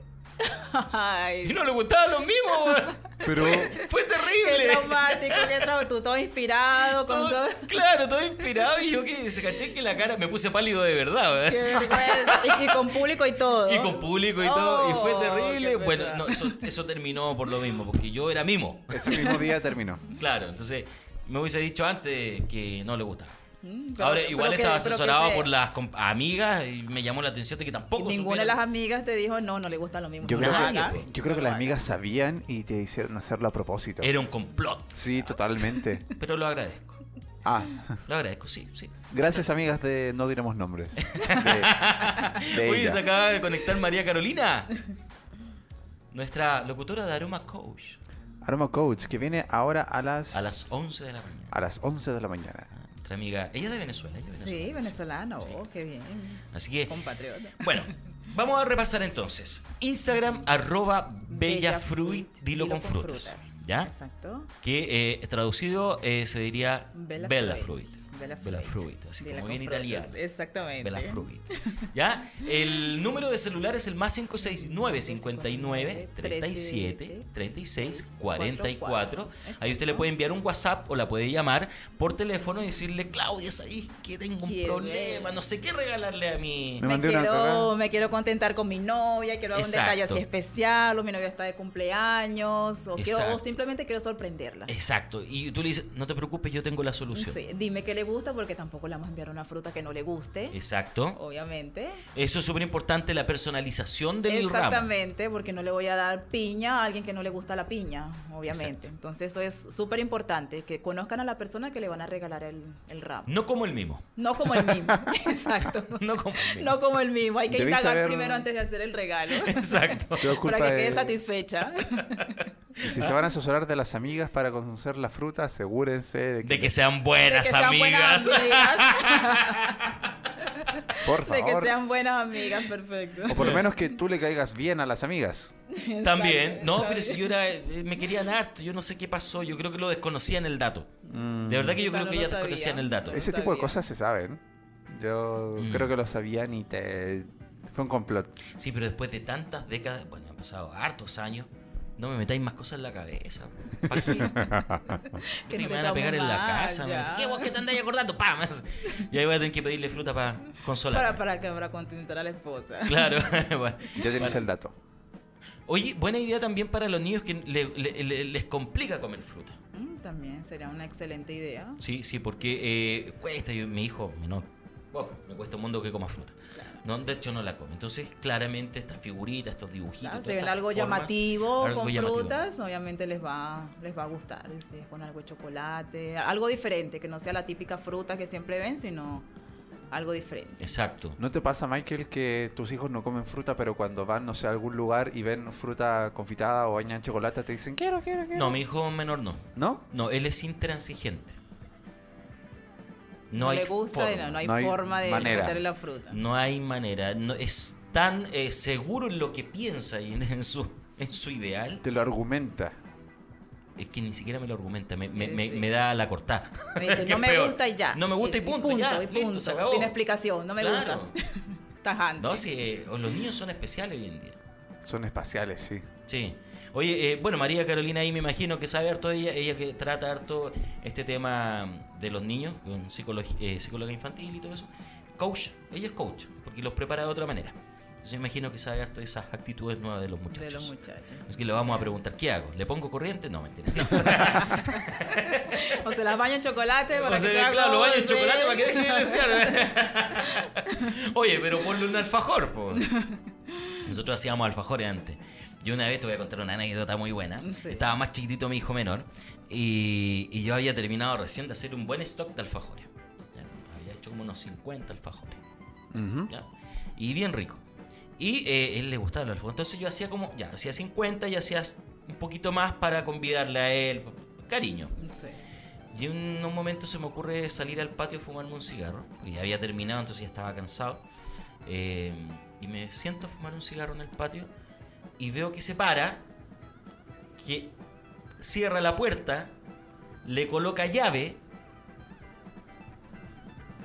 Ay,
Y no le gustaban los mimos, weón.
Pero,
Fue
qué
terrible.
traumático, qué traumático. Tú todo inspirado, con
Todo-
todo.
claro, todo inspirado y yo que se caché que la cara me puse pálido de verdad, weón.
Qué vergüenza. Y, y con público y todo.
Y con público y
Oh,
todo. Y fue
qué
terrible. Bueno,
pena.
no, eso, eso terminó por lo mismo, porque yo era mimo.
ese mismo día terminó.
Claro, entonces me hubiese dicho antes que no le gustaba.
Mm, pero-
Ahora,
pero
igual
que-
estaba
pero que
asesorado
fea.
por las comp- amigas y me llamó la atención de que
Y
tampoco
ninguna de
supieran-
las amigas te dijo, no, no le gusta lo mismo.
Yo
No
creo,
lo
que,
hagas.
yo creo que las amigas sabían y te hicieron hacerlo a propósito.
Era un complot.
Sí, totalmente.
Pero lo agradezco.
Ah,
Lo agradezco, sí, sí.
gracias amigas de no diremos nombres. De, de
Oye,
ella.
se acaba de conectar María Carolina. Nuestra locutora de Aroma Coach.
Aroma Coach, que viene ahora a las...
A las 11 de la mañana.
a las 11 de la mañana.
Nuestra amiga. Ella es de pues. Venezuela. ella es
Sí, venezolano.
Sí. Eh,
Oh, qué bien.
Así que
Compatriota.
Bueno, vamos a repasar entonces. Instagram arroba bellafruit,
Bellafruit,
dilo con frutas. ¿Ya?
Exacto.
Que eh, traducido eh, se diría
Bella
Bellafruit.
Bella Fruit.
Bellafruit, así
Dila
como
con
bien
frutas,
italiano.
Exactamente.
Bellafruit. ¿Ya? El número de celular es el más 569 59 37 36 44. Ahí usted le puede enviar un WhatsApp o la puede llamar por teléfono y decirle, Claudia, ¿sabes que tengo un
Quiero.
problema? No sé qué regalarle a mi...
Me
Me,
mandé una
quiero,
cagada.
me quiero contentar con mi novia, quiero dar un detalle
Exacto.
así especial, o mi novia está de cumpleaños, o, quiero, o
Exacto.
simplemente quiero sorprenderla.
Exacto. Y tú le dices, no te preocupes, yo tengo la solución.
Sí, dime qué le gusta, porque tampoco le vamos a enviar una fruta que no le guste,
Exacto.
obviamente.
Eso es súper importante, la personalización del ramo.
Exactamente, porque no le voy a dar piña a alguien que no le gusta la piña,
Exacto.
obviamente. Entonces eso es súper importante, que conozcan a la persona que le van a regalar el, el ramo.
No como el mismo.
No como el mismo, exacto.
No como el mismo.
No como el mismo, hay que
Debiste
indagar
haber-
primero antes de hacer el regalo.
Exacto.
Todo es
Para
culpa
que
de-
quede satisfecha.
Y si se van a asesorar de las amigas para conocer la fruta, asegúrense de que,
De que sean buenas
de que sean
amigas.
buenas amigas.
por
de
favor,
que sean buenas amigas, perfecto.
o por lo menos que tú le caigas bien a las amigas.
También.
Está
No,
bien,
pero
está
si yo era. eh, Me querían harto. Yo no sé qué pasó. Yo creo que lo desconocían el dato. De verdad que yo
Quizá
creo
Mm. no
que
lo
ya
sabía.
desconocían el dato.
Es-
Ese tipo de
sabía.
cosas se saben. Yo
Mm.
creo que lo sabían y te fue un complot.
Sí, pero después de tantas décadas. Bueno, han pasado hartos años. No me metáis más cosas en la cabeza. ¿Para qué?
Que
Que
no
me
te
van a pegar en la
mal,
casa. me
ya.
dicen, ¿Qué vos que te andáis acordando? ¡Pam! Y ahí voy a tener que pedirle fruta para consolar.
Para, para que para contentar a la esposa.
Claro. bueno.
Ya tienes el dato.
Oye, buena idea también para los niños que le- le- le- les complica comer fruta.
Mm, También sería una excelente idea.
Sí, sí, porque eh, cuesta. Yo, mi hijo menor, bueno, me cuesta un mundo que coma fruta. No, de hecho, no la come. Entonces, claramente, estas figuritas, estos dibujitos.
Claro,
todas
Si ven
estas
algo
formas,
llamativo
algo
con
llamativo.
frutas, obviamente les va, les va a gustar. y Si es con algo de chocolate, algo diferente, que no sea la típica fruta que siempre ven, sino algo diferente.
Exacto.
¿No te pasa, Michael, que tus hijos no comen fruta, pero cuando van, no sé, a algún lugar y ven fruta confitada o añaden chocolate, te dicen, quiero, quiero, quiero?
No, mi hijo menor no.
¿No?
No, él es intransigente. No,
No
hay
le gusta, y no,
forma.
no hay
No hay
forma de
manera.
disfrutarle la fruta.
No hay manera. No, es tan eh, seguro en lo que piensa y en, en su, en su ideal.
Te lo argumenta.
Es que ni siquiera me lo argumenta. Me, me-
Sí,
me-
sí.
me da la cortada.
Me dice,
Que
no
es
me
peor.
gusta y ya.
No me gusta y, punto. ya,
y
listo,
punto.
se acabó.
Sin explicación, no me
Claro.
gusta. Tajante.
No, sí, eh, los niños son especiales hoy en día.
Son espaciales, sí.
Sí. Oye, eh, bueno, María Carolina ahí me imagino que sabe harto ella, ella que trata harto este tema de los niños, con psicologi- eh, psicóloga infantil y todo eso. Coach, ella es coach, porque los prepara de otra manera. Entonces me imagino que sabe harto de esas actitudes nuevas de los muchachos.
De los muchachos.
Así que le vamos a preguntar, ¿qué hago? ¿Le pongo corriente? No, mentira.
O se las baña en chocolate para
O
que
sea,
sea
claro, lo baño en
dulce.
chocolate para que deje de desear. Oye, pero ponle un alfajor, po. Nosotros hacíamos alfajores antes. Yo una vez te voy a contar una anécdota muy buena.
Sí.
Estaba más chiquitito mi hijo menor y, y yo había terminado recién de hacer un buen stock de alfajores. Ya, Había hecho como unos 50 alfajores.
Ujú.
¿ya? Y bien rico. Y eh, él le gustaba el alfajor. Entonces yo hacía como, ya, hacía 50 y hacía un poquito más para convidarle a él. Cariño.
Sí.
Y en un momento se me ocurre salir al patio a fumarme un cigarro, porque ya había terminado, entonces ya estaba cansado. Eh, y me siento a fumar un cigarro en el patio y veo que se para, que cierra la puerta, le coloca llave.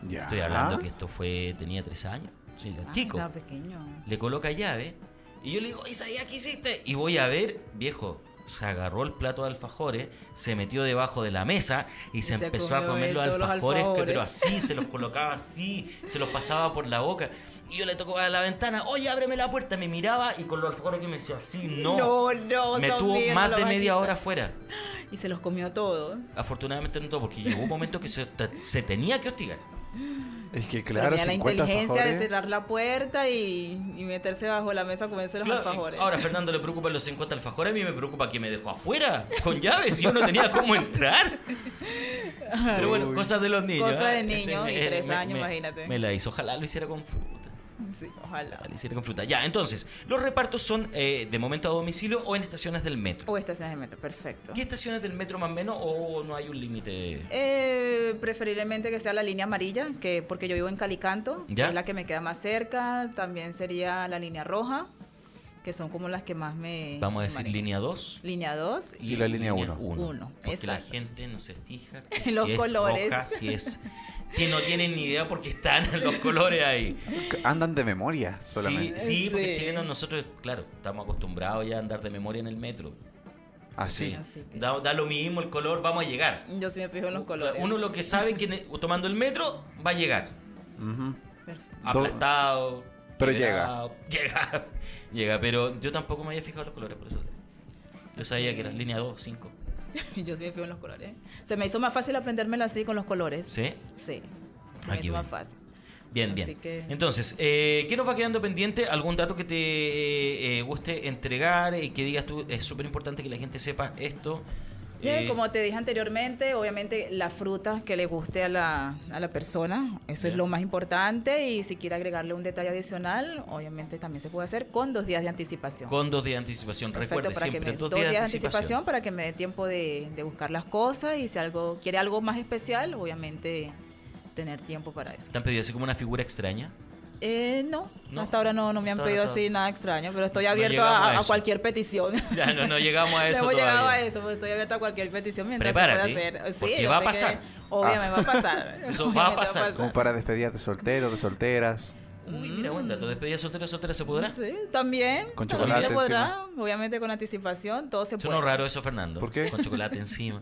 Ya.
Estoy hablando que esto fue, tenía tres años, sí,
Ah,
chico.
Estaba pequeño.
Le coloca llave y yo le digo, Isaías, ¿qué hiciste? Y voy a ver, viejo. Se agarró el plato de alfajores, se metió debajo de la mesa y, se,
se
empezó a
comió
comer
él
los
todos los
alfajores, que-
alfajores.
pero así, se los colocaba así, se los pasaba por la boca. Y yo le tocaba a la ventana, oye, ábreme la puerta. Me miraba y con los alfajores que me decía, así, no.
No, no,
me
son
tuvo
míos,
más
no
de
los
media
vas a
hora
quitar.
afuera.
Y se los comió todos.
Afortunadamente no todo, porque llegó un momento que se, se tenía que hostigar.
Es que claro,
Tenía la
50
inteligencia
alfajores.
de cerrar la puerta y, y meterse bajo la mesa a comerse los
Claro,
alfajores.
Ahora a Fernando le preocupan los 50 alfajores, a mí me preocupa que me dejó afuera con llaves y yo no tenía cómo entrar. Pero bueno,
Uy.
cosas de los niños.
Cosas de
¿eh?
niños
Este,
y
me-
tres
me-
años,
me-
imagínate.
Me la hizo, ojalá lo hiciera con fruta.
Sí, ojalá.
Ojalá Lo hiciera con fruta. Ya, entonces, los repartos son eh, de momento a domicilio o en estaciones del metro.
O estaciones de metro, perfecto.
¿Qué estaciones del metro más o menos o no hay un límite?
Eh, preferiblemente que sea la línea amarilla, que porque yo vivo en Calicanto, que
¿Ya?
es la que me queda más cerca. También sería la línea roja, que son como las que más me.
Vamos a decir
manejo.
línea 2
Línea 2.
Y la línea uno.
Uno,
Porque la
exacto.
gente no se fija que
En los
si es
colores.
roja, si es... Que no tienen ni idea porque están los colores ahí.
Andan de memoria solamente.
Sí, sí, porque
Sí.
chilenos nosotros, claro, estamos acostumbrados ya a andar de memoria en el metro.
Así.
Así que-
Da, da lo mismo el color, vamos a llegar.
Yo sí me fijo en los colores.
Uno lo que sabe que ne- tomando el metro va a llegar.
Ujú.
Perfecto.
Do-
Aplastado.
Pero
quebrado, Llega. Llega, pero yo tampoco me había fijado en los colores, por eso. Yo sabía que era línea 2, 5.
Yo soy feo en los colores. Se me hizo más fácil aprendérmela así con los colores.
¿Sí?
Sí. Se me
Aquí
hizo
voy.
más fácil.
Bien,
Así
bien.
que-
Entonces, eh, ¿qué nos va quedando pendiente? ¿Algún dato que te eh, guste entregar y que digas tú, es súper importante que la gente sepa esto?
Bien,
Eh,
como te dije anteriormente, obviamente la fruta que le guste a la, a la persona, eso
Ya.
es lo más importante. Y si quiere agregarle un detalle adicional, obviamente también se puede hacer con dos días de anticipación.
Con dos días de anticipación.
Perfecto,
Recuerde
para que
siempre,
me-
dos, días de anticipación.
para que me dé tiempo de, de buscar las cosas y si algo quiere algo más especial, obviamente tener tiempo para eso.
¿Te han pedido así como una figura extraña?
Eh, no,
No.
hasta ahora no, no me han
Hasta ahora
pedido
todo.
así nada extraño, pero estoy
No
abierto
llegamos
a,
a
a
eso.
cualquier petición.
Ya, no, no llegamos a
No
eso
hemos
todavía.
llegado a eso, porque estoy abierta a cualquier petición mientras
Prepárate,
se pueda hacer. Sí,
porque
yo
va a
sé que
pasar. Ah.
Obviamente va a pasar.
Eso va a
Obviamente
pasar.
Como para despedidas de solteros, de solteras.
Uy, mira, buen
Mm.
dato. ¿Despedida soltera, soltera se podrá?
Sí, también.
Con
también
chocolate
se podrá, obviamente con anticipación, todo se
Suena
puede.
raro eso, Fernando.
¿Por qué?
Con chocolate encima.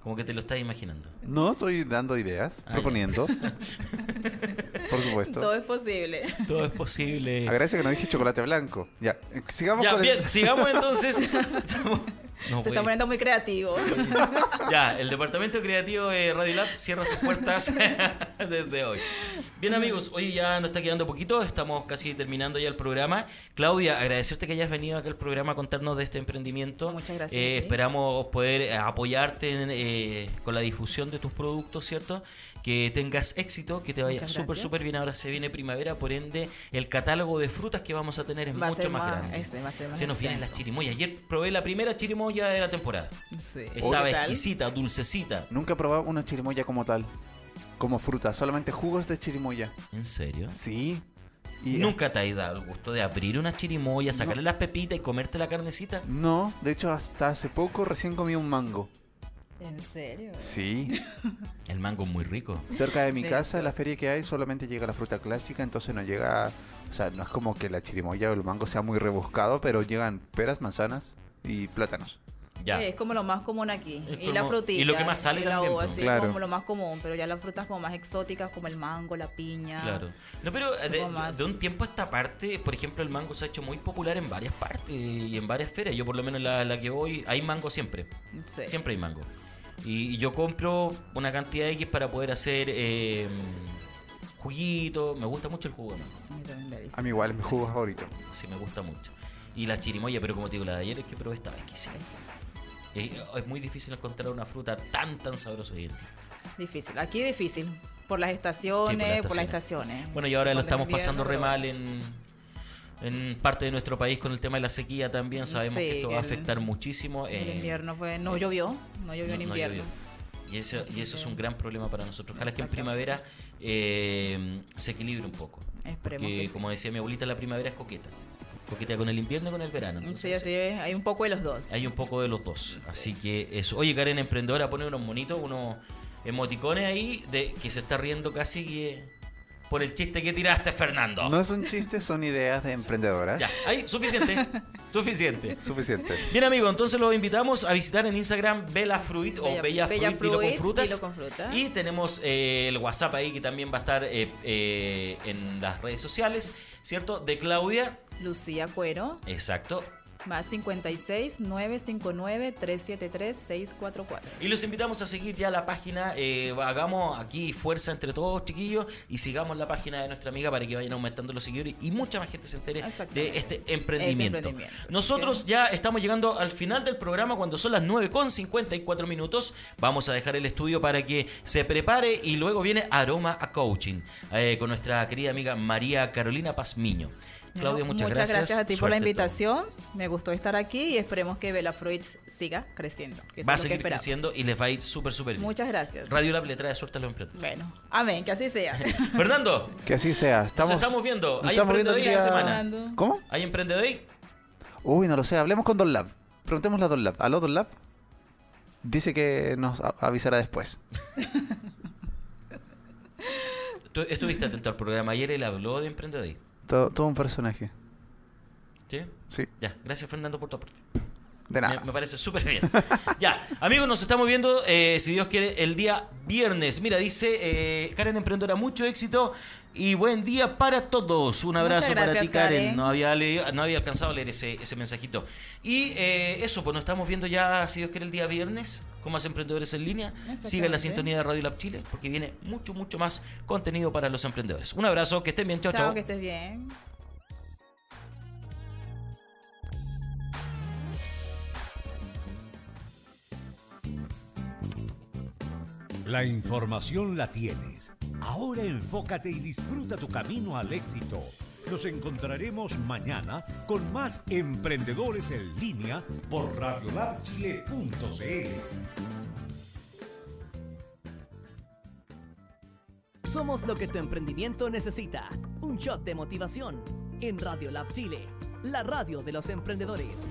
Como que te lo estás imaginando.
No estoy dando ideas,
Ah, ya.
proponiendo. Por
Todo
supuesto.
es posible.
Todo es posible.
Agradece que no dije chocolate blanco. Ya, eh, sigamos
Ya,
con el-
bien, sigamos entonces. Estamos- No,
se está
güey.
poniendo muy creativo.
Ya, el departamento creativo de Radio Lab cierra sus puertas desde hoy. Bien, amigos, hoy ya nos está quedando poquito, estamos casi terminando ya el programa. Claudia, agradecerte que hayas venido acá al programa a contarnos de este emprendimiento.
Muchas gracias
Eh,
a ti.
esperamos poder eh, apoyarte en, eh, con la difusión de tus productos, ¿cierto? Que tengas éxito, que te vaya
Muchas
súper,
gracias.
súper bien. Ahora se viene primavera, por ende, el catálogo de frutas que vamos a tener es
Va a
mucho
ser
más,
más-
grande.
ese va a ser más
se nos vienen las
extenso.
chirimoyas. Ayer probé la primera chirimoya de la temporada.
Sí.
Estaba
¿Qué tal?
exquisita, dulcecita.
Nunca he probado una chirimoya como tal. Como fruta, solamente jugos de chirimoya.
¿En serio?
Sí. Y
¿Nunca te has dado el gusto de abrir una chirimoya, sacarle las pepitas y comerte la carnecita?
No, de hecho hasta hace poco recién comí un mango.
¿En serio?
Sí.
El mango es muy rico.
Cerca de mi
De
casa, la feria que hay, solamente llega la fruta clásica, entonces no llega... O sea, no es como que la chirimoya o el mango sea muy rebuscado, pero llegan peras, manzanas y plátanos.
Ya.
Sí, es como lo más común aquí.
Es
y
como-
la frutilla.
y lo que más sale
y la
también,
uva,
pues.
sí,
Claro.
como lo más común, pero ya las frutas como más exóticas, como el mango, la piña.
Claro. No, pero eh, de,
Algo más.
de un tiempo a esta parte, por ejemplo, el mango se ha hecho muy popular en varias partes y en varias ferias. Yo por lo menos la, la que voy, hay mango siempre.
Sí.
Siempre hay mango. Y, y yo compro una cantidad X para poder hacer eh, juguito. Me gusta mucho el jugo de mango.
A mí también me avisa.
A mí igual es mi jugo favorito.
Sí, me gusta mucho. Y la chirimoya, pero como te digo, la de ayer es que probé estaba exquisita. Eh, Es muy difícil encontrar una fruta tan, tan sabrosa hoy en día.
Difícil. Aquí difícil. Por las estaciones,
Sí,
por las estaciones.
Bueno, y ahora lo
Por
estamos
el invierno,
pasando re
pero-
mal en, en parte de nuestro país con el tema de la sequía también. Sabemos
Sí,
que esto va a
el-
afectar muchísimo.
El
eh,
invierno fue. No llovió. No llovió en
no- no
invierno.
llovió. Y eso, y
Así
eso es
que-
un gran problema para nosotros. Ojalá que en
Exacto.
primavera eh, se equilibre un poco.
Esperemos
Porque,
que sí.
como decía mi abuelita, la primavera es coqueta. Coqueta con el invierno y con el verano.
Sí,
Entonces,
así es. Hay un poco de los dos.
Hay un poco de los dos. Así que eso. Oye, Karen Emprendedora pone unos monitos, unos emoticones ahí de que se está riendo casi que por el chiste que tiraste, Fernando.
No son chistes, son ideas de emprendedoras.
Ya, ahí, suficiente. suficiente.
Suficiente.
Bien, amigo, entonces los invitamos a visitar en Instagram Bella Fruit o Bella,
Bella- Bella
Fruit, Dilo con
Fruit,
frutas.
Dilo con frutas.
Y tenemos eh, el WhatsApp ahí que también va a estar eh, eh, en las redes sociales, ¿cierto? De Claudia.
Lucía Cuero,
Exacto.
más 56 959 373 644.
Y los invitamos a seguir ya la página. eh, hagamos aquí fuerza entre todos, chiquillos, y sigamos la página de nuestra amiga para que vayan aumentando los seguidores y mucha más gente se entere de
Exactamente.
este emprendimiento.
Ese emprendimiento.
Nosotros ya estamos llegando al final del programa cuando son las 9 con 54 minutos. Vamos a dejar el estudio para que se prepare y luego viene Aroma a Coaching eh, con nuestra querida amiga María Carolina Pazmiño. Claudia,
Bueno,
muchas,
gracias. a ti
Suerte
por la
en todo.
invitación. Me gustó estar aquí y esperemos que Belafruit siga creciendo. que eso
Va a
es lo que
seguir
esperamos.
creciendo y les va a ir súper, súper bien.
Muchas gracias.
Radio Lab le trae suerte a los emprendedores.
Bueno, amén, que así sea.
Fernando,
Que así sea. Estamos,
estamos viendo.
nos
Hay
estamos viendo el
emprendedores esta
día-
semana.
¿Cómo?
¿hay emprendedor ahí?
Uy, no lo sé. Hablemos con Don Lab. Preguntémosle a Don Lab. ¿Aló, Don Lab? Dice que nos a- avisará después.
Tú estuviste atento al programa ayer, él habló de emprendedor ahí.
Todo, todo un personaje.
¿Sí?
Sí.
Ya, gracias Fernando por tu aporte.
De nada.
Me, me parece súper bien. ya, amigos, nos estamos viendo, eh, si Dios quiere, el día viernes. Mira, dice eh, Karen Emprendedora, mucho éxito y buen día para todos. Un abrazo
Muchas
para ti,
gracias,
Karen.
Karen.
No, había le- no había alcanzado a leer ese, ese mensajito. Y eh, eso, pues nos estamos viendo ya, si Dios quiere, el día viernes con más emprendedores en línea. Sigan la sintonía de Radio Lab Chile porque viene mucho, mucho más contenido para los emprendedores. Un abrazo, que estén bien, chao, chao.
Chao, que estés bien.
La información la tienes. Ahora enfócate y disfruta tu camino al éxito. Nos encontraremos mañana con más emprendedores en línea por radiolabchile.cl.
Somos lo que tu emprendimiento necesita. Un shot de motivación en Radio Lab Chile, la radio de los emprendedores.